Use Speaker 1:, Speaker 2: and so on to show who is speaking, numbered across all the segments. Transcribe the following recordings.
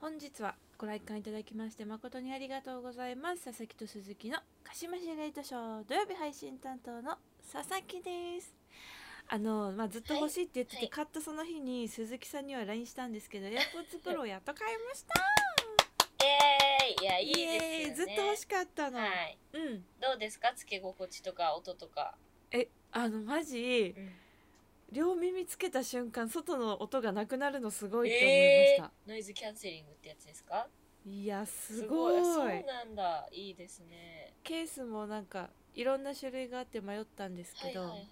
Speaker 1: 本日はご来館いただきまして誠にありがとうございます佐々木と鈴木の鹿島市レイトショー土曜日配信担当の佐々木ですあの、まあ、ずっと欲しいって言ってて、
Speaker 2: はい
Speaker 1: 買ったその日に鈴木さんには LINE したんですけどエアポッツプロをやっと買いました
Speaker 2: えーいや いい
Speaker 1: イエーイ
Speaker 2: です
Speaker 1: ず
Speaker 2: よ
Speaker 1: っ
Speaker 2: ね
Speaker 1: と欲しかったの、
Speaker 2: はい
Speaker 1: うん
Speaker 2: どうですかつけ心地とか音とか、
Speaker 1: えあのマジ
Speaker 2: うん、
Speaker 1: 両耳つけた瞬間外の音がなくなるのすごいって
Speaker 2: え
Speaker 1: 思いました、
Speaker 2: ーノイズキャンセリングってやつですか
Speaker 1: いやすごい
Speaker 2: そうなんだいいですね
Speaker 1: ケースもなんかいろんな種類があって迷ったんです
Speaker 2: は
Speaker 1: け
Speaker 2: い
Speaker 1: ど、
Speaker 2: はいはい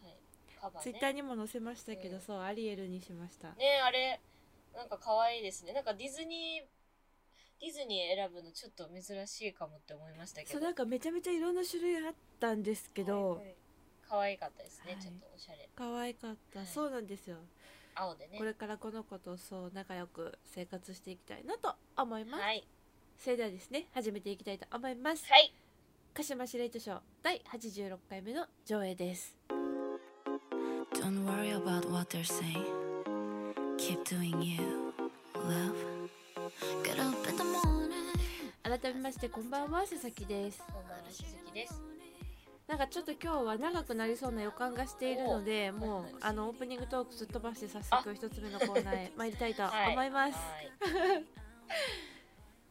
Speaker 2: カバー
Speaker 1: ツイ
Speaker 2: ね
Speaker 1: ッターにも載せましたけど、
Speaker 2: うん
Speaker 1: そうアリエルにしました
Speaker 2: ねあれなんか可愛いですねなんかディズニーディズニー選ぶのちょっと珍しいかもって思いましたけ
Speaker 1: そ
Speaker 2: ど
Speaker 1: うなんかめちゃめちゃいろんな種類あったんですけど、
Speaker 2: はいはい可愛かったですね、
Speaker 1: はい
Speaker 2: ちょっとおしゃれ
Speaker 1: 可愛かった、
Speaker 2: はい
Speaker 1: そうなんですよ、
Speaker 2: 青でね
Speaker 1: これからこの子とそう仲良く生活していきたいなと思います、
Speaker 2: はい
Speaker 1: それではですね始めていきたいと思います、
Speaker 2: はい
Speaker 1: 鹿島司令図書第86回目の上映です
Speaker 3: Don't worry about what they're saying. Keep doing you, love. Get up in the morning.
Speaker 1: 改めましてこんばんは佐々木です
Speaker 2: こんばんは鈴木です
Speaker 1: なんかちょっと今日は長くなりそうな予感がしているのでもう
Speaker 2: はい
Speaker 1: あのオープニングトークすっ飛ばして早速一つ目のコーナーへ参りたいと思います、
Speaker 2: はい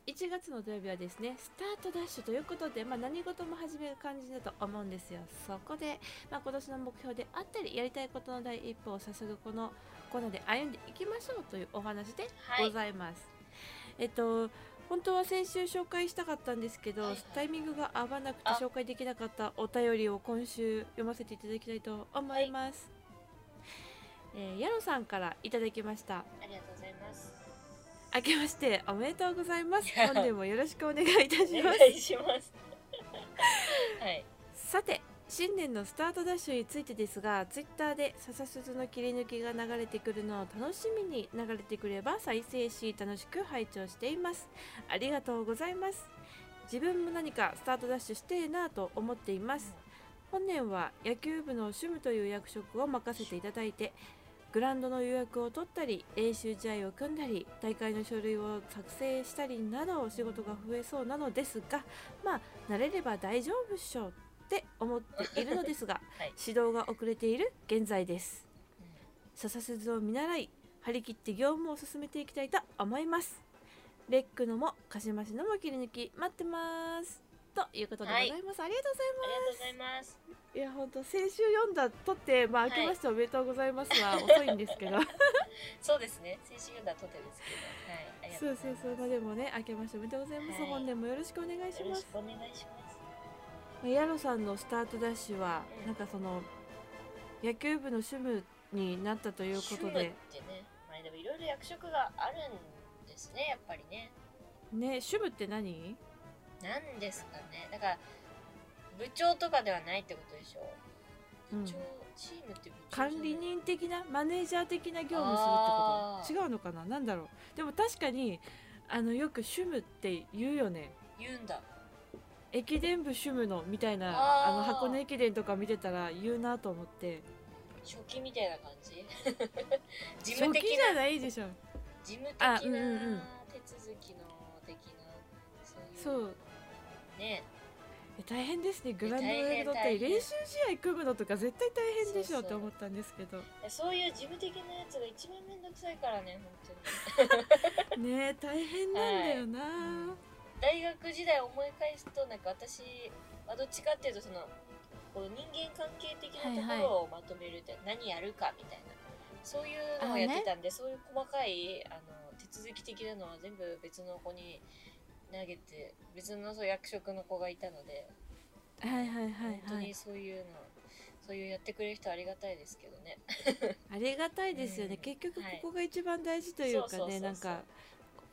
Speaker 1: 1月の土曜日はですねスタートダッシュということで、まあ、何事も始める感じだと思うんですよそこで、まあ、今年の目標であったりやりたいことの第一歩を早速このコーナーで歩んでいきましょうというお話で
Speaker 2: はい
Speaker 1: ございます、えっと本当は先週紹介したかったんですけど、
Speaker 2: はいはい
Speaker 1: タイミングが合わなくて
Speaker 2: あ
Speaker 1: 紹介できなかったお便りを今週読ませていただきたいと思います、えー、ヤロさんからいただきました
Speaker 2: ありがとうございます
Speaker 1: 明けましておめでとうござい ます
Speaker 2: いや
Speaker 1: 本年もよろしくお願いいたし
Speaker 2: お
Speaker 1: ま
Speaker 2: 願いしますはい
Speaker 1: すさて新年のスタートダッシュについてですがツイッターで笹鈴の切り抜きが流れてくるのを楽しみに流れてくれば再生し楽しく拝聴していますありがとうございます自分も何かスタートダッシュしてえなぁと思っています本年は野球部の趣味という役職を任せていただいてグラウンドの予約を取ったり練習試合を組んだり大会の書類を作成したりなどお仕事が増えそうなのですがまあ慣れれば大丈夫っしょって思っているのですが、
Speaker 2: はい
Speaker 1: 指導が遅れている現在です
Speaker 2: うん
Speaker 1: 笹鈴を見習い張り切って業務を進めていきたいと思いますレックのも鹿島市のも切り抜き待ってますということでございます、ありがとうございます
Speaker 2: ありがとうございます
Speaker 1: いや本当先週読んだとってまあ
Speaker 2: はい
Speaker 1: 明けましておめでとうございます は遅いんですけど
Speaker 2: そうですね先週読んだとてですけどはいありがと
Speaker 1: そう
Speaker 2: ご
Speaker 1: う
Speaker 2: ざ
Speaker 1: そ
Speaker 2: いう
Speaker 1: そうまあでも
Speaker 2: ます
Speaker 1: ね明けましておめでとうございます、
Speaker 2: はい
Speaker 1: 本年もよろしくお願いし
Speaker 2: よろ
Speaker 1: ま
Speaker 2: し
Speaker 1: す
Speaker 2: くお願いします
Speaker 1: ヤロさんのスタートダッシュは
Speaker 2: うん
Speaker 1: なんかその野球部の趣味になったということ
Speaker 2: 趣味
Speaker 1: で
Speaker 2: ってね、まあ、でもいろいろ役職があるんですねやっぱりね
Speaker 1: ね趣味って何
Speaker 2: なんですかねだから部長とかではないってことでしょ
Speaker 1: うん
Speaker 2: 部長、チームって部長じゃない
Speaker 1: 管理人的なマネージャー的な業務
Speaker 2: あ
Speaker 1: をす
Speaker 2: ー
Speaker 1: るってこと違うのかななんだろうでも確かにあのよく趣味って言うよね
Speaker 2: 言うんだ
Speaker 1: 駅伝部趣味のみたいな
Speaker 2: あー
Speaker 1: あの箱根駅伝とか見てたら言うなと思って
Speaker 2: 初期みたいな感じ
Speaker 1: 初
Speaker 2: 事務
Speaker 1: 期
Speaker 2: 的
Speaker 1: じゃ
Speaker 2: な
Speaker 1: ないでしょ
Speaker 2: 事務的
Speaker 1: あ
Speaker 2: な
Speaker 1: うんうんうん
Speaker 2: 手続きの的なそ
Speaker 1: そう
Speaker 2: いう
Speaker 1: う
Speaker 2: ね
Speaker 1: え大変ですねグラウンド
Speaker 2: え大変
Speaker 1: のって
Speaker 2: 大変
Speaker 1: 練習試合組むのとか絶対大変でしょ
Speaker 2: そう
Speaker 1: っ
Speaker 2: そう
Speaker 1: て思ったんですけど
Speaker 2: そういう事務的なやつが一番めんどくさいからね本当に
Speaker 1: ねえ大変なんだよな、
Speaker 2: 大学時代思い返すとなんか私はどっちかっていうとそのこう人間関係的なところをまとめるって、何やるかみたいなそういうのをやってたんで、そういう細かいあの手続き的なのは全部別の子に投げて別のそう役職の子がいたので、
Speaker 1: はい、はいはいはい
Speaker 2: 本当にそういうのそういうやってくれる人ありがたいですけどね。
Speaker 1: ありがたいですよね、
Speaker 2: うん
Speaker 1: 結局こ
Speaker 2: はい
Speaker 1: こが一番大事というかね、
Speaker 2: そうそうそうそう
Speaker 1: なんか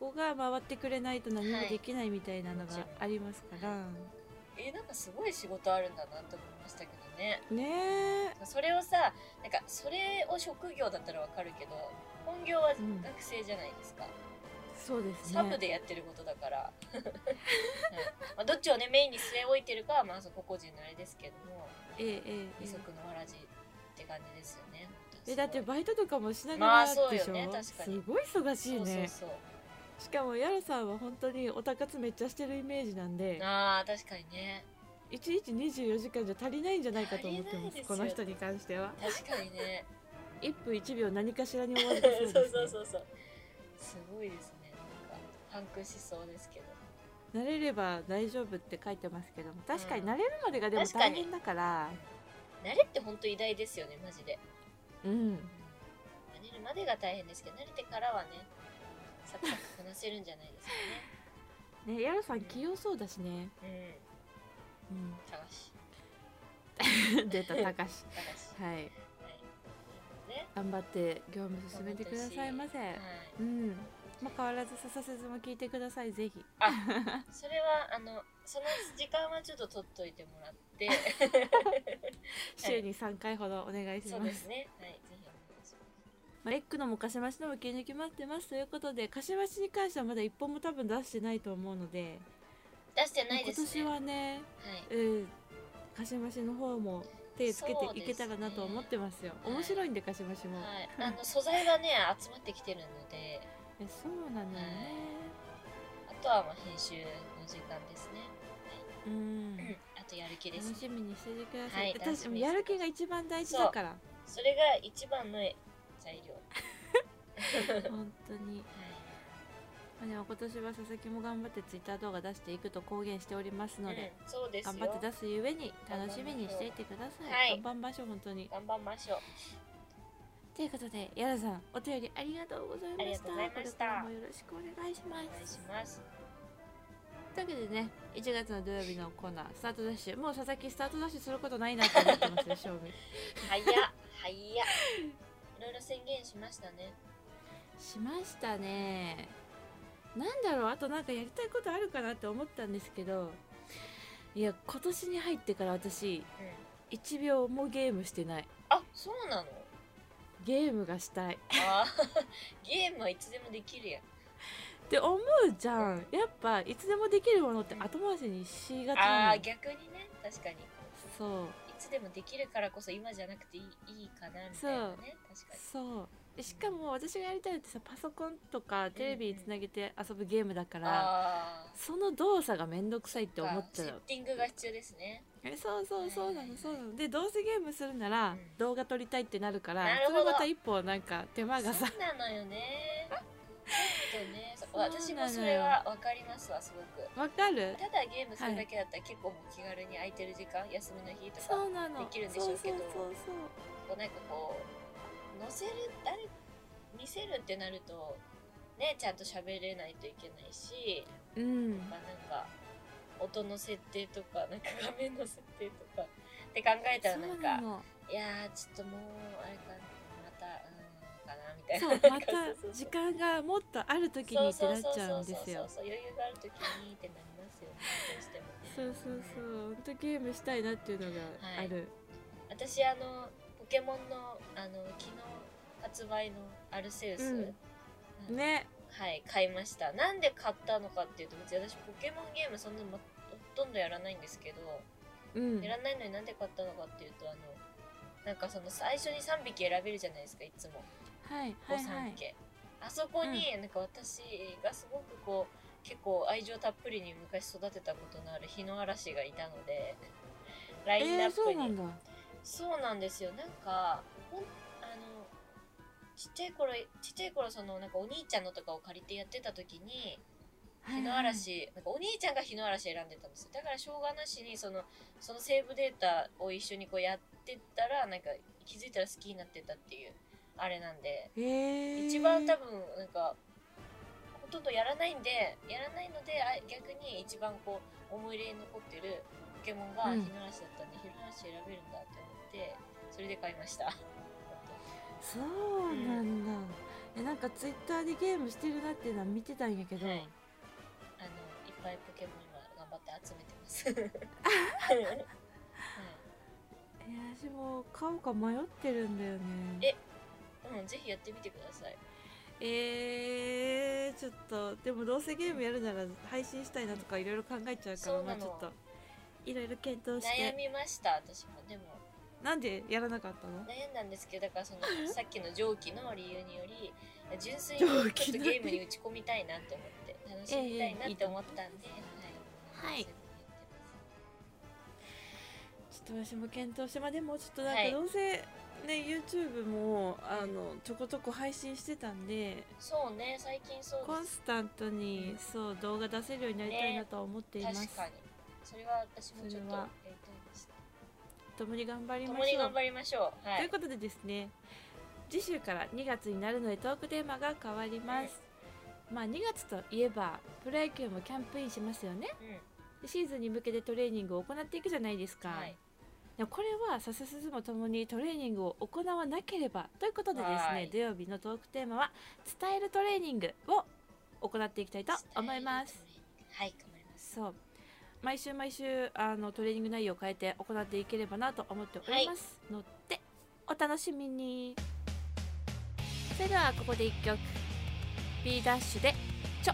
Speaker 1: ここが回ってくれないと何もできないみたいなのが
Speaker 2: はいもちろん
Speaker 1: ありますから、
Speaker 2: えなんかすごい仕事あるんだなと思いましたけどね。
Speaker 1: ね
Speaker 2: それをさなんかそれを職業だったらわかるけど本業は
Speaker 1: うん
Speaker 2: 学生じゃないですか、
Speaker 1: えそうですね
Speaker 2: サブでやってることだから、 はいまあ、どっちをねメインに据え置いてるかはまあそこ個人のあれですけども
Speaker 1: えええええ
Speaker 2: 二足
Speaker 1: え
Speaker 2: のわらじって感じですよね
Speaker 1: えだって
Speaker 2: すご
Speaker 1: バ
Speaker 2: い
Speaker 1: イトとかもしなが
Speaker 2: ま
Speaker 1: ら
Speaker 2: あ
Speaker 1: で
Speaker 2: そうよ
Speaker 1: しょ、
Speaker 2: ね確かに
Speaker 1: すごい忙しいね
Speaker 2: そうそう
Speaker 1: しかもヤロさんは本当にオタ活めっちゃしてるイメージなんで
Speaker 2: ああ確かにね
Speaker 1: 1日24時間じゃ足りないんじゃないかと思ってま
Speaker 2: 足りないです
Speaker 1: す
Speaker 2: よ
Speaker 1: この人に関しては
Speaker 2: 確かにね
Speaker 1: 1分1秒何かしらに終わ
Speaker 2: そ
Speaker 1: る
Speaker 2: う
Speaker 1: そうです、ね、
Speaker 2: そうそうそうすごいですねなんか反抗しそうですけど
Speaker 1: 慣れれば大丈夫って書いてますけども確かに
Speaker 2: うん
Speaker 1: 慣れるまでがでも
Speaker 2: 確か
Speaker 1: 大
Speaker 2: に
Speaker 1: 変だから
Speaker 2: 慣れって本当偉大ですよねマジで
Speaker 1: うん
Speaker 2: 慣れるまでが大変ですけど慣れてからはねサクサクこなせるんじゃないですか
Speaker 1: ねヤロさん器用そうだしね、
Speaker 2: ね
Speaker 1: うん
Speaker 2: うん高し
Speaker 1: 出たたかし
Speaker 2: 高し
Speaker 1: はい
Speaker 2: ね
Speaker 1: 頑張って業務進めてくださいませ
Speaker 2: はい
Speaker 1: うんまあ変わらず笹鈴も聞いてくださいぜひ
Speaker 2: それはあのその時間はちょっと取っといてもらって
Speaker 1: 週に3回ほどお願いし
Speaker 2: そ
Speaker 1: ま
Speaker 2: う
Speaker 1: す
Speaker 2: ですねはいぜひお願いします
Speaker 1: まあ、エッグのもかしましのも切り抜き待ってますということでかしましに関してはまだ一本も多分出してないと思うので
Speaker 2: 出してないですね
Speaker 1: 今年はね、
Speaker 2: はい
Speaker 1: うん、かしましの方も手つけ
Speaker 2: そうです
Speaker 1: て
Speaker 2: ね
Speaker 1: いけたらなと思ってますよ
Speaker 2: はい
Speaker 1: 面白いんでかしましも、
Speaker 2: はい、あの素材がね集まってきてるので
Speaker 1: えそうなのよね、
Speaker 2: あとはまあ編集の時間ですね、
Speaker 1: うん
Speaker 2: うん、あとやる気です
Speaker 1: 楽しみにしててください、
Speaker 2: はい
Speaker 1: 私
Speaker 2: 楽しみにして
Speaker 1: やる気が一番大事だから
Speaker 2: それが一番の材料 はい
Speaker 1: 本当に、まあ、でも今年は佐々木も頑張ってツイッター動画出していくと公言しておりますので、
Speaker 2: うん、そうですよ
Speaker 1: 頑張って出すゆえに楽しみにしていてください、
Speaker 2: はい
Speaker 1: 頑張りましょう本当に
Speaker 2: 頑張りましょう
Speaker 1: ということで、やらさん、お便りありがとうございま
Speaker 2: あり
Speaker 1: し
Speaker 2: が
Speaker 1: た。
Speaker 2: とうございま
Speaker 1: これ
Speaker 2: した
Speaker 1: からもよろしくお願いしま
Speaker 2: お願い
Speaker 1: す
Speaker 2: し。ます
Speaker 1: というわけでね、1月の土曜日のコーナー、スタートダッシュ。もう佐々木スタートダッシュすることないなと思ってますよ、正味。
Speaker 2: はやは やいろいろ宣言しましたね
Speaker 1: しましたね。なんだろう、あとなんかやりたいことあるかなって思ったんですけど、いや、今年に入ってから私、
Speaker 2: うん
Speaker 1: 1秒もゲームしてない。
Speaker 2: あそ うなの
Speaker 1: ゲームがしたい。
Speaker 2: あー ゲームはいつでもできるやん
Speaker 1: って思うじゃん。やっぱ、いつでもできるものって後回しにしがちな
Speaker 2: あ
Speaker 1: の
Speaker 2: ー
Speaker 1: よ。
Speaker 2: 逆にね確かにい
Speaker 1: そう。
Speaker 2: つでもできるからこそ今じゃなくていいいいかなみたいなね確かに
Speaker 1: そうでしかも私がやりたいのってさパソコンとかテレビにつなげて遊ぶゲームだから、
Speaker 2: ああ
Speaker 1: その動作がめんどくさいって思っちゃ
Speaker 2: セッ
Speaker 1: う
Speaker 2: ティングが必要ですね
Speaker 1: えそうそうそうな
Speaker 2: はいは
Speaker 1: の
Speaker 2: いはい
Speaker 1: そうなのでどうせゲームするなら、
Speaker 2: うん
Speaker 1: 動画撮りたいってなるから
Speaker 2: なるほ
Speaker 1: そ
Speaker 2: ど
Speaker 1: れまた一歩なんか手間がさ
Speaker 2: そうなのよ ねちょっとねそ
Speaker 1: そうなのよ
Speaker 2: 私もそれは分かりますわすごく
Speaker 1: わかる
Speaker 2: ただゲームするだけだったら結構もう気軽に空いてる時間休みの日とか
Speaker 1: そうなの
Speaker 2: できるんでしょうけど
Speaker 1: そうそうそう
Speaker 2: こうなんかこう載せるあれ見せるってなるとねちゃんと喋れないといけないし
Speaker 1: そううん
Speaker 2: まあなんか音の設定とかなんか画面の設定とかって考えたらなん
Speaker 1: そうな
Speaker 2: か
Speaker 1: の
Speaker 2: いやーちょっともうあれかなまたうんかなみたい
Speaker 1: そ
Speaker 2: な
Speaker 1: う
Speaker 2: な
Speaker 1: ま
Speaker 2: んか
Speaker 1: た
Speaker 2: そうそうそう
Speaker 1: 時間がもっとある時にってなっちゃうんですよ
Speaker 2: そうそうそうそうそう余裕がある時にってなりますよねどうしてもね
Speaker 1: そうそうそうほんとゲームしたいなっていうのがある、
Speaker 2: 私あのポケモンのあの昨日発売のアルセウス、
Speaker 1: うん
Speaker 2: あの
Speaker 1: ね
Speaker 2: はい買いましたなんで買ったのかっていうと別に私ポケモンゲームそんなまほとんどやらないんですけど、
Speaker 1: うん
Speaker 2: やらないのになんで買ったのかっていうとあのなんかその最初に3匹選べるじゃないですかいつも
Speaker 1: はい
Speaker 2: 御
Speaker 1: はいは
Speaker 2: 三
Speaker 1: い
Speaker 2: 家、あそこになんか私がすごくこう結構愛情たっぷりに昔育てたことのある日の嵐がいたのでライン
Speaker 1: え
Speaker 2: ナ
Speaker 1: ー、
Speaker 2: ップ
Speaker 1: そう
Speaker 2: に、
Speaker 1: なんだ
Speaker 2: そうなんですよなんかほんあのちっちゃい頃ちっちゃい頃そのなんかお兄ちゃんのとかを借りてやってた時に日の嵐、なんかお兄ちゃんが日の嵐選んでたんですよだからしょうがなしにそのそのセーブデータを一緒にこうやってたらなんか気づいたら好きになってたっていうあれなんで
Speaker 1: へえ
Speaker 2: 一番多分なんかほとんどやらないんでやらないのであ逆に一番こう思い入れに残ってるポケモンが
Speaker 1: うん
Speaker 2: ヒノラシだったんで、ヒノラシ選べるんだって思ってそれで買いました
Speaker 1: そうなんだ、えなんかツイッターでゲームしてるなっていうのは見てたんやけど、
Speaker 2: はいあのいっぱいポケモン今頑張って集めてま す
Speaker 1: え私も買おうか迷ってるんだよね
Speaker 2: はい、うんぜひやってみてください
Speaker 1: えー、ちょっとでもどうせゲームやるなら配信したいなとかいろいろ考えちゃうから
Speaker 2: そう
Speaker 1: まあ
Speaker 2: な
Speaker 1: ち
Speaker 2: の
Speaker 1: ょっといろいろ検討し
Speaker 2: 悩
Speaker 1: て
Speaker 2: みました私もでも
Speaker 1: なんでやらなかったの
Speaker 2: 悩んだんですけどだ からそのさっきの上記の理由により純粋に
Speaker 1: 上記
Speaker 2: ちょっと
Speaker 1: の
Speaker 2: ゲームに打ち込みたいなって思っ楽しみたいなって思ったんで、
Speaker 1: はい
Speaker 2: はい。
Speaker 1: はいちょっと私も検討してまあでもちょっとなんか
Speaker 2: はい
Speaker 1: どうせ、ね YouTube もあのちょこちょこ配信してたんで
Speaker 2: そうね、最近そう
Speaker 1: コン
Speaker 2: で。
Speaker 1: スタントにそう動画出せるようになりたいなとは思っていますす
Speaker 2: 確かに。それは私もちょっ
Speaker 1: そ
Speaker 2: と
Speaker 1: れは
Speaker 2: やりたいです。
Speaker 1: 共に頑張りまし
Speaker 2: 共に
Speaker 1: ょう
Speaker 2: 頑張りましょう。は
Speaker 1: とい。
Speaker 2: いう
Speaker 1: ことでですね次週から2月になるのでトークテーマが変わります、まあ2月といえばプロ野球もキャンプインしますよね
Speaker 2: う
Speaker 1: でシーズンに向けてトレーニングを行っていくじゃないですか、
Speaker 2: ん。はい。
Speaker 1: でもこれは笹鈴もともにトレーニングを行わなければということでです
Speaker 2: は
Speaker 1: ね
Speaker 2: い
Speaker 1: 土曜日のトークテーマは「伝えるトレーニング」を行っていきたいと思います。
Speaker 2: はい、頑張ります。
Speaker 1: そう毎週毎週あのトレーニング内容を変えて行っていければなと思っておりますので、お楽しみにそれではここで1曲 B ダッシュでちょ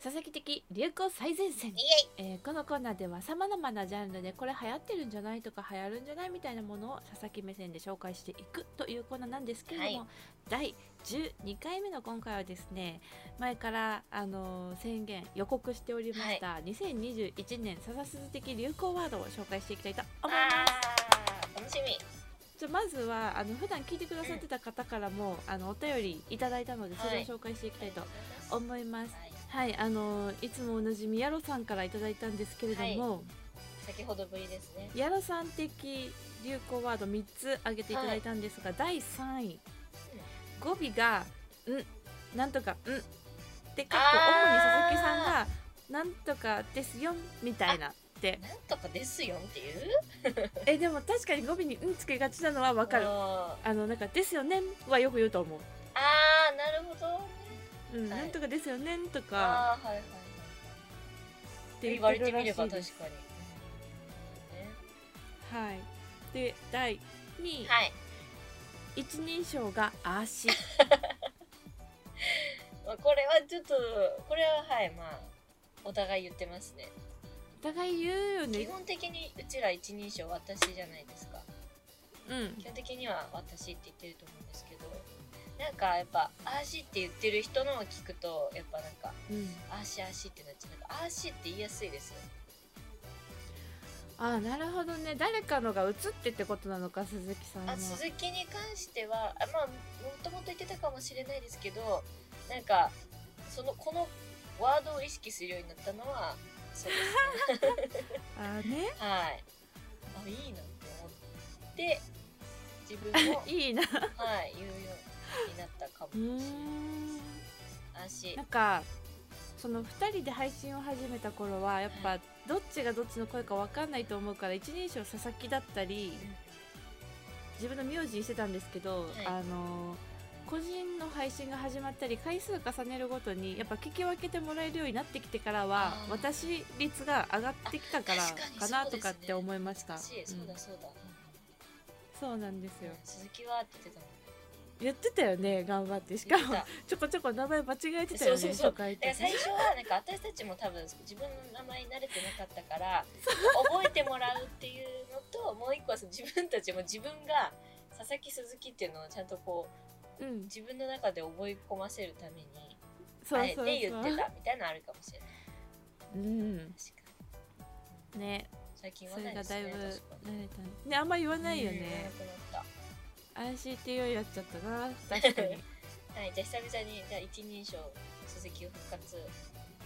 Speaker 1: 佐々木的流行最前線
Speaker 2: イエイ
Speaker 1: えーこのコーナーではさまざまなジャンルでこれ流行ってるんじゃないとか流行るんじゃないみたいなものを佐々木目線で紹介していくというコーナーなんですけれども、
Speaker 2: は
Speaker 1: 第12回目の今回はですね前から、あのー宣言予告しておりました、2021年笹鈴的流行ワードを紹介していきたいと思い
Speaker 2: あ
Speaker 1: ます。
Speaker 2: ー楽しみ。
Speaker 1: じゃあまずはあの普段聞いてくださってた方からも、あのお便りいただいたのでそれを紹介していきたいと
Speaker 2: はい。
Speaker 1: 思います。はい、あのーいつもおなじみやろさんからいただいたんですけれども、
Speaker 2: 先ほどぶりですね。
Speaker 1: ヤロさん的流行ワード3つ挙げていただいたんですが、第3位語尾が「ん」なんとか「ん」でかっこ
Speaker 2: あー
Speaker 1: 主に佐々木さんが「なんとかですよ」みたいなって
Speaker 2: なんとかですよっていう。
Speaker 1: えでも確かに語尾に「ん」つけがちなのはわかる
Speaker 2: あ
Speaker 1: あのなんか「ですよね」はよく言うと思う
Speaker 2: ーあー、なるほどね。
Speaker 1: 「うん
Speaker 2: はい
Speaker 1: なんとかですよね」とか
Speaker 2: ああー、はいはいはい。
Speaker 1: って
Speaker 2: 言
Speaker 1: 言っ
Speaker 2: わ
Speaker 1: て
Speaker 2: れ
Speaker 1: る
Speaker 2: て
Speaker 1: ら
Speaker 2: み
Speaker 1: し
Speaker 2: れ
Speaker 1: い
Speaker 2: ば確か
Speaker 1: で
Speaker 2: に
Speaker 1: す。はいで第2
Speaker 2: ね
Speaker 1: 位、
Speaker 2: はい。
Speaker 1: 一人称が「あし」
Speaker 2: まあこれはちょっと、これははい、まあ、お互い言ってますね。
Speaker 1: お互い言うよ
Speaker 2: 基
Speaker 1: ね
Speaker 2: 本的にうちら一人称私じゃないですか。
Speaker 1: うん
Speaker 2: 基本的には私って言ってると思うんですけど、なんかやっぱ、あーしって言ってる人のを聞くと、やっぱなんか、
Speaker 1: うん
Speaker 2: あーしあーしってなっちゃう。なんかあーしって言いやすいですよ。
Speaker 1: ああなるほどね誰かのが映ってってことなのか鈴木さんは
Speaker 2: あ鈴木に関してはあまあもともと言ってたかもしれないですけどなんかそのこのワードを意識するようになったのはそうですね
Speaker 1: あー ね
Speaker 2: はいあいいなって思って自分 も
Speaker 1: いいな
Speaker 2: はい言うようになったかも
Speaker 1: うーん
Speaker 2: しれないあし
Speaker 1: なんかその2人で配信を始めた頃はやっ
Speaker 2: は
Speaker 1: ぱどっちがどっちの声か分かんないと思うから一人称佐々木だったり自分の名字にしてたんですけど、
Speaker 2: い
Speaker 1: あの個人の配信が始まったり回数重ねるごとにやっぱ聞き分けてもらえるようになってきてからは
Speaker 2: あー
Speaker 1: 私率が上がってきたから
Speaker 2: あ確かに
Speaker 1: かな
Speaker 2: そう
Speaker 1: と
Speaker 2: です
Speaker 1: か
Speaker 2: ね
Speaker 1: って思いました
Speaker 2: あしそうだそうだ、
Speaker 1: うんそうなんですよ
Speaker 2: 鈴木はって言ってたもん
Speaker 1: 言ってたよね頑張ってしかも
Speaker 2: 言ってた
Speaker 1: ちょこちょこ名前間違えてたよね
Speaker 2: そうそうそう
Speaker 1: 初回っ
Speaker 2: だから
Speaker 1: て
Speaker 2: 最初はなんか私たちも多分自分の名前慣れてなかったから覚えてもらうっていうのともう一個はその自分たちも自分が佐々木鈴木っていうのをちゃんとこ
Speaker 1: うん
Speaker 2: う自分の中で覚え込ませるために
Speaker 1: そう
Speaker 2: あ
Speaker 1: そう
Speaker 2: え
Speaker 1: そう
Speaker 2: て言ってたみたいなのあるかもしれな
Speaker 1: う
Speaker 2: い
Speaker 1: ん
Speaker 2: 確かに
Speaker 1: ね
Speaker 2: 最近は
Speaker 1: そ
Speaker 2: な
Speaker 1: れ
Speaker 2: い
Speaker 1: が
Speaker 2: です
Speaker 1: だいぶ
Speaker 2: ね
Speaker 1: 慣れ
Speaker 2: 確か
Speaker 1: たねあんま言わ
Speaker 2: に
Speaker 1: ないよ
Speaker 2: う
Speaker 1: ね
Speaker 2: ん言わなくなっ
Speaker 1: 怪しいっていうようになっちゃったな 確かに
Speaker 2: たはいじゃあ久々にじゃあ一人称鈴木を復活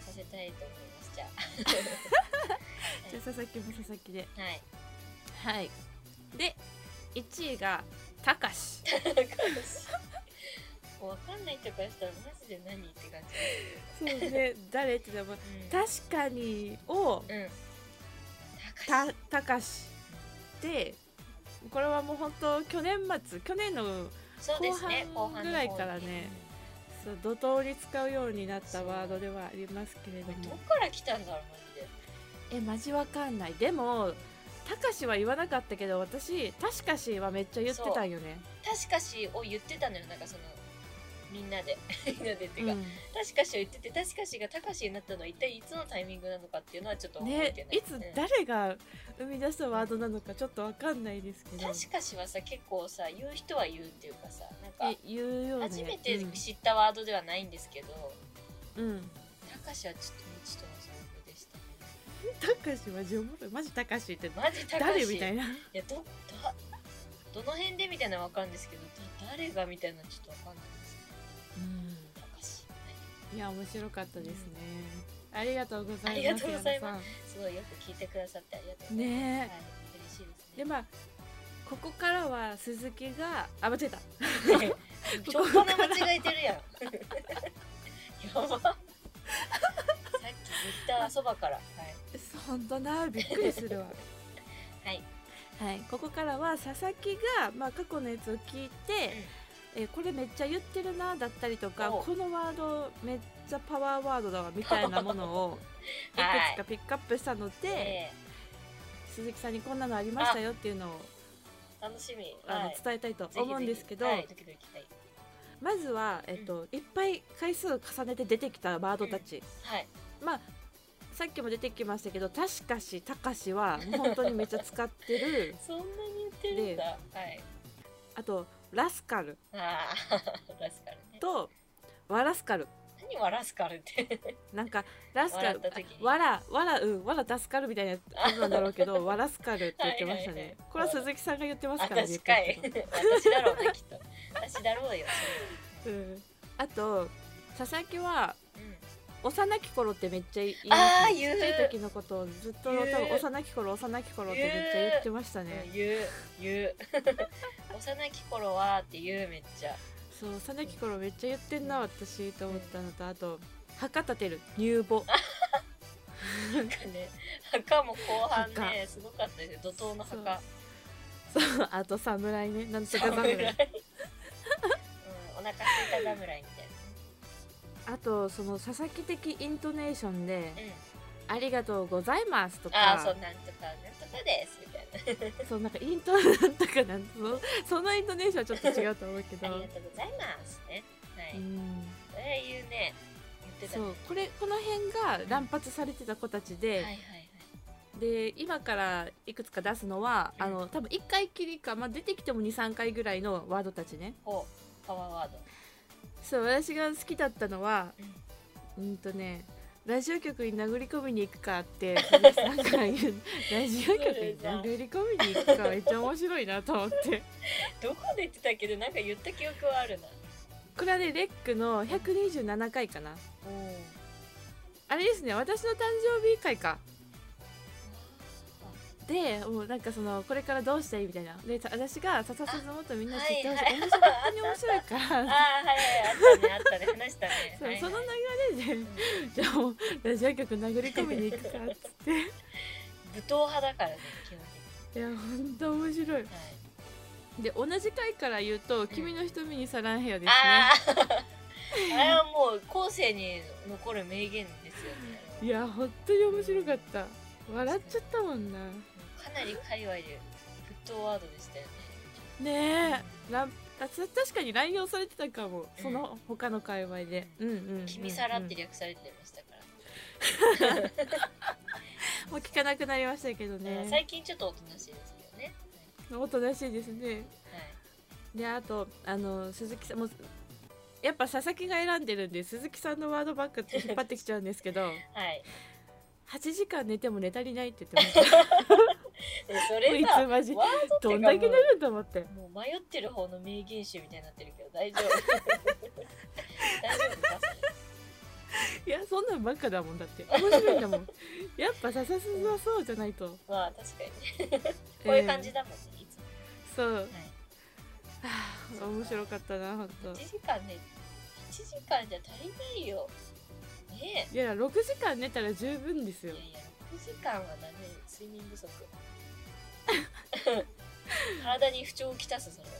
Speaker 2: させたいと思いますじゃあ
Speaker 1: じゃあ佐々木も佐々木で
Speaker 2: はい
Speaker 1: はいで1位がたかし
Speaker 2: もうわかんない人からしたらマジで何って感じ。
Speaker 1: そうね誰って名前
Speaker 2: うん
Speaker 1: 確かにを
Speaker 2: うん。高
Speaker 1: たたかしでこれはもう本当去年末去年の
Speaker 2: 橋そうですね。後
Speaker 1: 後
Speaker 2: 半
Speaker 1: 半
Speaker 2: の
Speaker 1: ぐらいからねそう怒涛に使うようになった
Speaker 2: そう
Speaker 1: ワードではありますけれど
Speaker 2: 方に。ど
Speaker 1: も
Speaker 2: っから来たんだろうマジで。
Speaker 1: えマジわかんないでもたかしは言わなかったけど私たしかしはめっちゃ言ってたんよね
Speaker 2: 確かしを言ってたのよなんかそのみんなで みんなでっていうか、
Speaker 1: うん
Speaker 2: 確かしを言ってて確かしが高しになったのは一体いつのタイミングなのかっていうのはちょっと覚えて
Speaker 1: ね
Speaker 2: ない。
Speaker 1: いつ
Speaker 2: うん
Speaker 1: 誰が生み出したワードなのかちょっとわかんないですけど
Speaker 2: 確かしはさ結構さ言う人は言うっていうかさなん
Speaker 1: え
Speaker 2: か
Speaker 1: 言うよね
Speaker 2: 初めて知ったワードではないんですけど、
Speaker 1: うん、うん
Speaker 2: 高しはちょっと未知との遭遇でしたね。
Speaker 1: たかしマジおもろいマジたかしって
Speaker 2: マジ高し
Speaker 1: 誰みたい
Speaker 2: い
Speaker 1: な
Speaker 2: やどだどの辺でみたいなのわかるんですけどだ誰がみたいなのちょっとわかんないですね高しはい
Speaker 1: や面白かったですね、ありがとうございます
Speaker 2: ありがとうござい
Speaker 1: 山田
Speaker 2: ますいすごいよく聞いてくださってありがとう
Speaker 1: さ
Speaker 2: ご
Speaker 1: ん
Speaker 2: ざいます、
Speaker 1: ね
Speaker 2: は
Speaker 1: え
Speaker 2: い、嬉しいです
Speaker 1: で
Speaker 2: ね
Speaker 1: まあここからは鈴木があ間違えた
Speaker 2: ちょっと間違えてるやんやばさっき言ったそばからはい
Speaker 1: 本当なびっくりするわ
Speaker 2: はい
Speaker 1: はいここからは佐々木が、まあ、過去のやつを聞いて、えこれめっちゃ言ってるなだったりとか
Speaker 2: お
Speaker 1: このワードめっちゃパワーワードだわみたいなものをいく
Speaker 2: はい
Speaker 1: つかピックアップしたので、
Speaker 2: え
Speaker 1: 鈴木さんにこんなのありましたよっていうのを
Speaker 2: ー楽しみ
Speaker 1: あの、
Speaker 2: はい
Speaker 1: 伝えたいと
Speaker 2: ぜひぜひ
Speaker 1: 思うんですけど
Speaker 2: はい、ドキドキはい
Speaker 1: まずは、えっといっぱい回数を重ねて出てきたワードたち、
Speaker 2: はい
Speaker 1: まあさっきも出てきましたけど「確かし」「たかし」はもう本当にめっちゃ使って る
Speaker 2: そんなに言ってるんだはい
Speaker 1: あと「ラスカル
Speaker 2: ああ ラスカルね」
Speaker 1: と「わらスカル
Speaker 2: 何はラスカルって」
Speaker 1: なんか「ラスカ
Speaker 2: 笑
Speaker 1: ル
Speaker 2: った時」に
Speaker 1: あわら」「わら」うん「わら助かる」みたいなやつなんだろうけ ど「わらスカル」って言ってましたね
Speaker 2: はいはいはい
Speaker 1: これは鈴木さんが言ってますからね
Speaker 2: 私かい
Speaker 1: よく
Speaker 2: 私だろうなきっと私だろうよ
Speaker 1: うんあと佐々木は
Speaker 2: それ、うん、
Speaker 1: 幼き頃ってめっちゃ言い
Speaker 2: あ
Speaker 1: ち
Speaker 2: ー言う
Speaker 1: っちゃい時のことをずっと多
Speaker 2: 言う
Speaker 1: 分幼き頃幼き頃ってめっちゃ言ってましたね
Speaker 2: 言う言う 幼き頃はって言うめっちゃ
Speaker 1: そう幼き頃めっちゃ言ってんな私と思ったのとあと「墓立てる乳 母
Speaker 2: なんかね墓も後半ねすごかったですよ怒涛の墓」
Speaker 1: そうあと「侍ね」なんとか侍
Speaker 2: 侍うん、お腹空いた侍み
Speaker 1: あとその佐々木的イントネーションで
Speaker 2: たいな、
Speaker 1: 「ありがとうございます」と
Speaker 2: うん、ああ
Speaker 1: か
Speaker 2: そうなんとかなんとかですみたいな
Speaker 1: そうなんかイントなんとかなんそのそのイントネーションはちょっと違うと思うけ
Speaker 2: あり
Speaker 1: ど
Speaker 2: がとうございますねは
Speaker 1: う
Speaker 2: い、
Speaker 1: ん
Speaker 2: それは言うね言ってたね
Speaker 1: そうこれこの辺が乱発されてた子たちで、
Speaker 2: はいはいはい
Speaker 1: で今からいくつか出すのは、
Speaker 2: うん
Speaker 1: あの多分1回きりか、まあ、出てきても23回ぐらいのワードたちね
Speaker 2: ほうパワーワード
Speaker 1: そう私が好きだったのは
Speaker 2: うん
Speaker 1: うんとねラジオ局に殴り込みに行くかって鈴 木さんから言うラジオ局に殴り込みに行くかめっちゃ面白いなと思って
Speaker 2: どこで言ってたけどなんか言った記憶はあるな
Speaker 1: これはねレックの127回かなあれですね私の誕生日会かでもうなんかそのこれからどうしたいみたいなで私が笹鈴もっとみんな知ってほしい、
Speaker 2: はいはい
Speaker 1: 面白い本当に面白い から
Speaker 2: ああはいはいあったねあったね話したね
Speaker 1: そう
Speaker 2: はいはい
Speaker 1: その流れでじゃあもうラジオ局殴り込みに行くかっつってい
Speaker 2: 武闘派だからね基本
Speaker 1: やほんと面白い
Speaker 2: 的に、はい
Speaker 1: で同じ回から言うと「君の瞳にサランヘア」ですね
Speaker 2: あ ああれはもう後世に残る名言ですよ
Speaker 1: い
Speaker 2: ね
Speaker 1: やほんとに面白かった笑っちゃったもんな
Speaker 2: かなり界隈で沸騰ワードでしたよね
Speaker 1: ねえランあた確かに乱用されてたかもその他の界隈でうんうんうんうん
Speaker 2: 「君さら」って略されてましたから、
Speaker 1: もう聞かなくなりましたけど ね
Speaker 2: 最近ちょっとおとなしいですけどね
Speaker 1: おとなしいですねであとあの鈴木さんもうやっぱ佐々木が選んでるんで鈴木さんのワードバッグって引っ張ってきちゃうんです けど
Speaker 2: はい、はい、
Speaker 1: 8時間寝ても寝足りないって言って ました
Speaker 2: でそれ
Speaker 1: こい
Speaker 2: さ
Speaker 1: つマジ
Speaker 2: ワードってか
Speaker 1: どんだけ寝るんと思って
Speaker 2: もうもう迷ってる方の名言集みたいになってるけど大丈夫 大丈夫か
Speaker 1: いやそんなんばっかだもんだって面白いんだも んやっぱ笹鈴はそうじゃないと
Speaker 2: まあ確かにねこういう感じ
Speaker 1: だ、
Speaker 2: だもんねいつも
Speaker 1: えーそう
Speaker 2: はい
Speaker 1: あ面白かったな本当
Speaker 2: 1時間ね1時間じゃ足りないよね
Speaker 1: いや6時間寝たら十分です
Speaker 2: えい
Speaker 1: よ
Speaker 2: やいや6時間はダメ睡眠 不足体に不調をきたすそれは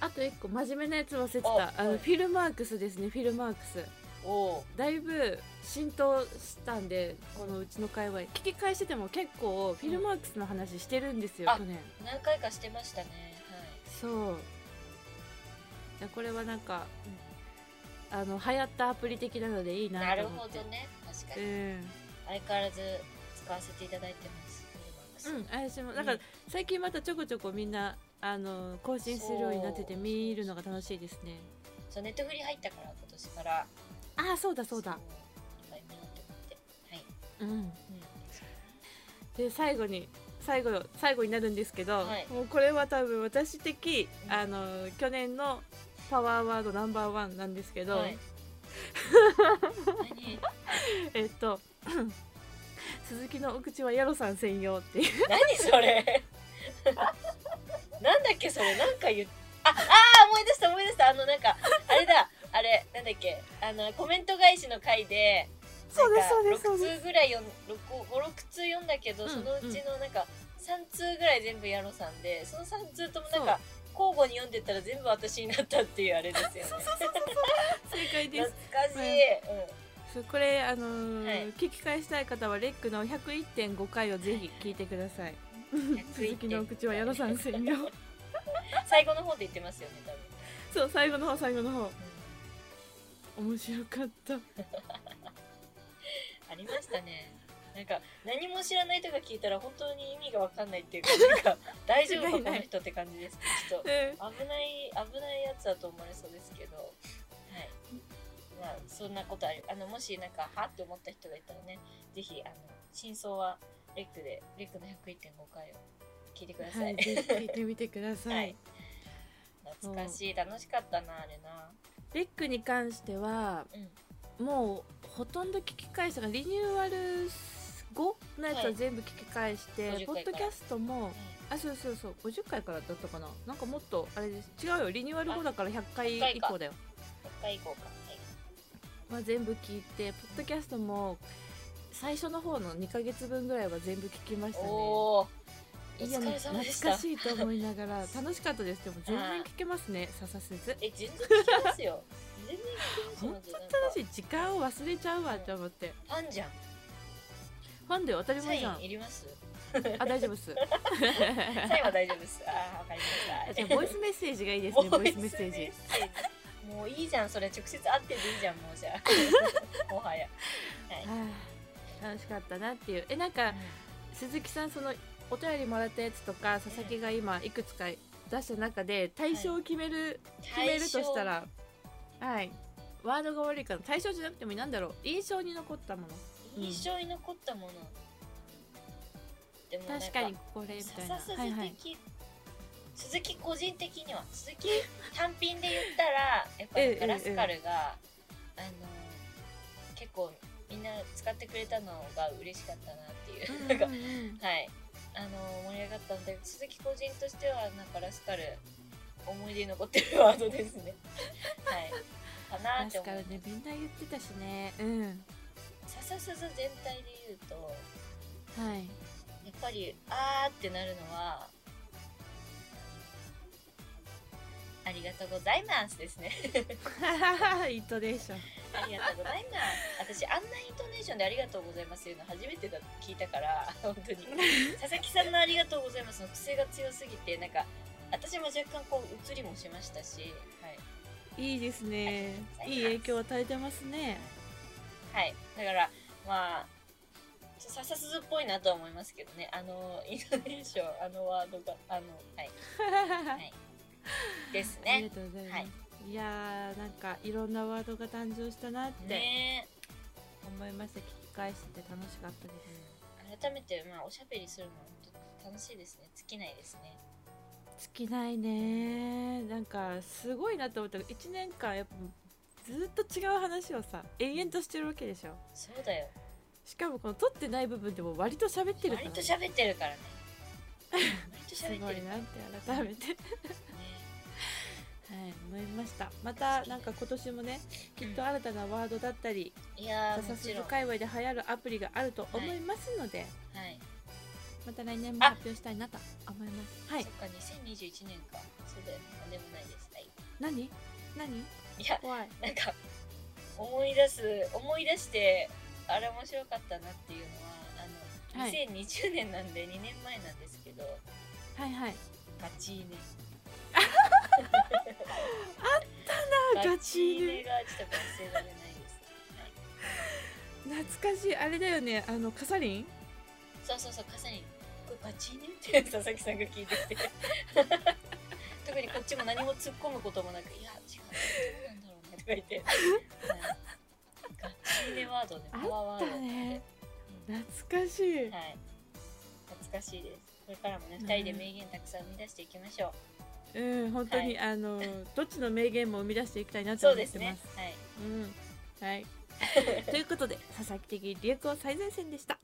Speaker 1: ああと1個真面目なやつ忘れて
Speaker 2: あ
Speaker 1: たあ
Speaker 2: は
Speaker 1: の
Speaker 2: い
Speaker 1: フィルマークスですねフィルマークス
Speaker 2: おお
Speaker 1: だいぶ浸透したんでこのうちの界隈聞き返してても結構フィルマークスの話してるんですよ
Speaker 2: あ
Speaker 1: 去年
Speaker 2: 何回かしてましたね
Speaker 1: そういやこれはなんかあの流行ったアプリ的なのでいい
Speaker 2: はい
Speaker 1: な
Speaker 2: なる
Speaker 1: と思
Speaker 2: ほ
Speaker 1: って
Speaker 2: どね確か
Speaker 1: う
Speaker 2: に
Speaker 1: ん
Speaker 2: 相変わらず使わせていただいてます
Speaker 1: う
Speaker 2: Freebox
Speaker 1: ん、私もなんか、
Speaker 2: うん
Speaker 1: 最近またちょこちょこみんなあの更新するようになってて
Speaker 2: そう
Speaker 1: 見るのが楽しいですね
Speaker 2: そうネットフリ入ったから今年から
Speaker 1: ああそうだそうだ
Speaker 2: いっぱい見ようと思ってはい、
Speaker 1: うん
Speaker 2: う
Speaker 1: で最後に最後最後になるんですけど、
Speaker 2: はい
Speaker 1: もうこれは多分私的
Speaker 2: うん
Speaker 1: あの去年のパワーワードナンバーワンなんですけ
Speaker 2: ん
Speaker 1: ど、
Speaker 2: はい、何
Speaker 1: えっと 鈴木のお口はヤロさん専用っていう
Speaker 2: 何それ なんだっけそれなんか言っああー思い出した思い出したあのなんかあれだあれなんだっけあのコメント返しの回で
Speaker 1: そうです
Speaker 2: なんか
Speaker 1: そうですそうで
Speaker 2: 6通ぐらい読ん56通読んだけど、
Speaker 1: うん
Speaker 2: そのうちのなんか3通ぐらい全部やろさんでその3通ともなんか交互に読んでたら全部私になったっていうあ れですよね
Speaker 1: 正解で
Speaker 2: 懐
Speaker 1: す
Speaker 2: かしい、うん
Speaker 1: そうこれあのー
Speaker 2: はい
Speaker 1: 聞き返したい方はレックの101.5回をぜひ聞いてください鈴木のお口はヤロさん専用
Speaker 2: 最後の方で言ってますよね多分、
Speaker 1: そう最後の方最後の方
Speaker 2: う
Speaker 1: 面白かった
Speaker 2: んありましたねなんか何も知らない人が聞いたら本当に意味が分かんないっていうかなんか大丈夫
Speaker 1: 間違い
Speaker 2: か
Speaker 1: な
Speaker 2: こ
Speaker 1: い
Speaker 2: の人って感じですちょっと
Speaker 1: で
Speaker 2: 危ない危ないやつだと思われそうですけどはいまあそんなことあるあのもしなんかはって思った人がいたらねぜひあの真相はレックでレックの101.5回を聞いてくださ
Speaker 1: はい
Speaker 2: い、
Speaker 1: ぜひ聞いてみてくださ
Speaker 2: はいい懐かしい楽しかったなあれな
Speaker 1: レックに関しては
Speaker 2: うん
Speaker 1: もうほとんど聞き返したがリニューアル後のやつは全部聞き返して、
Speaker 2: はい50回
Speaker 1: ポ
Speaker 2: から
Speaker 1: ッドキャストもあそうそうそう50回からだったかななんかもっとあれです違うよリニューアル後だから100回
Speaker 2: 100回
Speaker 1: 以
Speaker 2: か
Speaker 1: 降だよ
Speaker 2: 1回以降かはい
Speaker 1: まあ、全部聞いてポッドキャストも最初の方の2ヶ月分ぐらいは全部聞きましたね
Speaker 2: おおお
Speaker 1: いや
Speaker 2: 疲れ様でし
Speaker 1: 懐
Speaker 2: た
Speaker 1: かしいと思いながら楽しかったですでも全然聞けますね笹すず
Speaker 2: え全然聞きますよ全然聞きますよ
Speaker 1: 本当に
Speaker 2: マ
Speaker 1: 楽
Speaker 2: ジ
Speaker 1: し
Speaker 2: で
Speaker 1: い時間を忘れちゃうわって思って
Speaker 2: なんかファンじゃん
Speaker 1: ファンで当たり
Speaker 2: サ
Speaker 1: 前じゃん
Speaker 2: インいります
Speaker 1: あ大丈夫っ す
Speaker 2: サインは大丈夫ですああわかりま
Speaker 1: じゃ
Speaker 2: し
Speaker 1: あ
Speaker 2: た
Speaker 1: ボイスメッセージがいいですねボイスメッセー
Speaker 2: ボイ
Speaker 1: ジ
Speaker 2: スメッセージもういいじゃんそれ直接会ってでいいじゃんもうじゃ あもはやはい、
Speaker 1: はあ楽しかったなっていうえなんか鈴木さんそのお便りもらったやつとか佐々木が今いくつか出した中で対象を決める決めるとしたらはいワードが悪いから対象じゃなくてもいいなんだろう印象に残ったもの
Speaker 2: 対象印象に残ったもの、でもなん
Speaker 1: 確かにこれみたいな
Speaker 2: 笹鈴的、
Speaker 1: はいはい
Speaker 2: 鈴木個人的には鈴木単品で言ったらやっぱなんか
Speaker 1: ええ
Speaker 2: ラスカルが、あの結構みんな使ってくれたのが嬉しかったなっていう、なんか
Speaker 1: うんうんうん
Speaker 2: はいあの盛り上がったんで鈴木個人としてはなんかラスカル思い出に残ってるワードですねはいかなーって
Speaker 1: 確
Speaker 2: 思
Speaker 1: か
Speaker 2: う
Speaker 1: らねみんな言ってたしねうん
Speaker 2: 笹鈴全体で言うと
Speaker 1: はい
Speaker 2: やっぱりあーってなるのはありがとうございますです ね
Speaker 1: イントネーション
Speaker 2: ありがとうございます私あんなイントネーションでありがとうございます言うの初めてだ聞いたから本 当に佐々木さんのありがとうございますの癖が強すぎてなんか私も若干こう移りもしましたしはい
Speaker 1: いいですね
Speaker 2: あり
Speaker 1: いい
Speaker 2: がとうご
Speaker 1: 影響を与
Speaker 2: ざいます
Speaker 1: えてますね
Speaker 2: はい、だから、まあ、ちょっと笹鈴っぽいなとは思いますけどね、あの、インドネーション、あのワードが、あの、はい、はい、です
Speaker 1: ありが
Speaker 2: ね。
Speaker 1: とうございます、
Speaker 2: はい
Speaker 1: い、やーなんかいろんなワードが誕生したなって
Speaker 2: ね
Speaker 1: 思いました、聞き返してて楽しかったです
Speaker 2: 改めて、まあ、おしゃべりするのは本当楽しいですね、尽きないですね。
Speaker 1: 尽きないねなんかすごいなと思った1年間やっぱずっと違う話をさ延々としてるわけでしょ
Speaker 2: そうだよ、
Speaker 1: しかもこの撮ってない部分でも割と喋ってるか
Speaker 2: 割
Speaker 1: ら
Speaker 2: と喋ってるからね。割と
Speaker 1: す
Speaker 2: 喋っ
Speaker 1: ご
Speaker 2: て
Speaker 1: い
Speaker 2: る
Speaker 1: なって改めてはい思いましたまたなんか今年もねきっと新たなワードだったり
Speaker 2: いやー
Speaker 1: 笹
Speaker 2: もちろ
Speaker 1: 鈴
Speaker 2: んは
Speaker 1: 界隈で流行るアプリがあると思いますので、
Speaker 2: い
Speaker 1: また来年も発表したいなと思いますはい
Speaker 2: そっか2021年かそうだよねなんでもないですはい
Speaker 1: 何何
Speaker 2: いや
Speaker 1: 怖い
Speaker 2: なんか思い出す思い出してあれ面白かったなっていうのはあの、
Speaker 1: はい
Speaker 2: 2020年なんで2年前なんですけど
Speaker 1: はいはい
Speaker 2: ガチイネ
Speaker 1: あガチイネ
Speaker 2: がちょっと忘れられないです
Speaker 1: 懐かしいあれだよねあのカサリン
Speaker 2: そうそうそう、かさに、これガチねって佐々木さんが聞いてきて。 特にこっちも何も突っ込むこともなく、いや、違う、どうなんだろうねとか言って。うんガチねワードね、
Speaker 1: あ
Speaker 2: パワ
Speaker 1: っ
Speaker 2: ーワード
Speaker 1: た
Speaker 2: って
Speaker 1: ね懐かしい、
Speaker 2: うんはい。懐かしいです。これからもね、二人で名言たくさん生み出していきましょ
Speaker 1: うん本当に、あ のどっちの名言も生み出していきたいな
Speaker 2: う。
Speaker 1: と
Speaker 2: そう
Speaker 1: 思
Speaker 2: で
Speaker 1: っ
Speaker 2: す
Speaker 1: てま
Speaker 2: ね
Speaker 1: す。
Speaker 2: はい。
Speaker 1: うん はいということで佐々木的流行最前線でした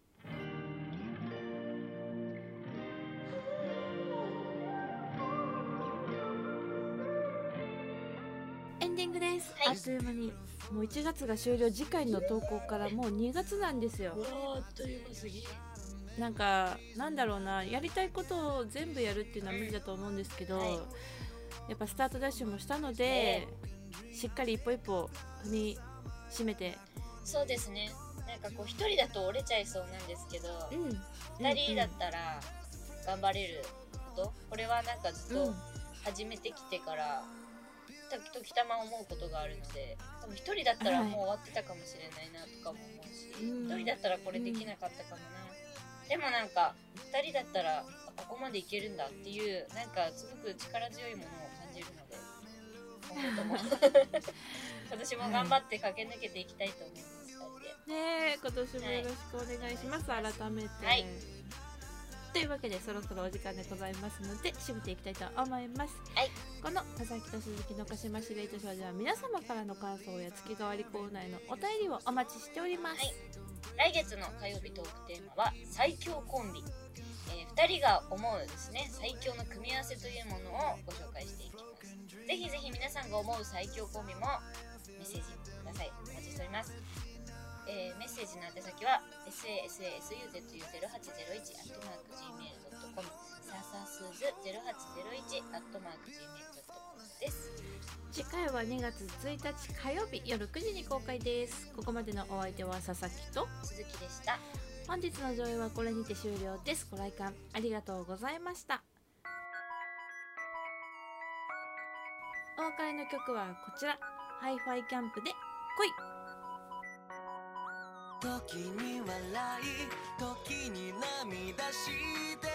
Speaker 1: エンディングです、
Speaker 2: はい
Speaker 1: あっという間にもう1月が終了次回の投稿からもう2月なんですよ
Speaker 2: わー、あっという間すぎ。
Speaker 1: なんかなんだろうなやりたいことを全部やるっていうのは無理だと思うんですけど、
Speaker 2: はい
Speaker 1: やっぱスタートダッシュもしたので、
Speaker 2: え
Speaker 1: しっかり一歩一歩踏みしめて
Speaker 2: そうですね。なんかこう、一人だと折れちゃいそうなんですけど。
Speaker 1: うん
Speaker 2: 二人だったら頑張れることこれはなんかずっ
Speaker 1: うん
Speaker 2: と始めてきてから時々たま思うことがあるので多分一人だったらもう終わってたかもしれないなとかも思うし
Speaker 1: うん
Speaker 2: 一、人だったらこれできなかったかもな、でもなんか二人だったらここまでいけるんだっていうなんかすごく力強いものを感じるの で今後とも 今年も頑張って駆け抜けていきたいと思います二人で
Speaker 1: ねえ今年もよろしくお願いします、
Speaker 2: はい
Speaker 1: 改めて、
Speaker 2: はい
Speaker 1: というわけでそろそろお時間でございますので締めていきたいと思います、
Speaker 2: はい
Speaker 1: この「佐々木と鈴木の鹿島シレイトショー」では皆様からの感想や月替わりコーナーへのお便りをお待ちしております、
Speaker 2: はい来月の火曜日トークテーマは最強コンビ、え2人が思うですね最強の組み合わせというものをご紹介していきますぜひぜひ皆さんが思う最強コンビもメッセージくださいお待ちしております、えーメッセージの宛先は sasasuzu0801-gmail.com ササスズ 0801-gmail.com です
Speaker 1: 次回は2月1日火曜日夜9時に公開ですここまでのお相手は佐々木と
Speaker 2: 鈴木でした
Speaker 1: 本日の上映はこれにて終了ですご来館ありがとうございましたお別れの曲はこちらハイファイキャンプで恋
Speaker 4: 時に笑い時に涙して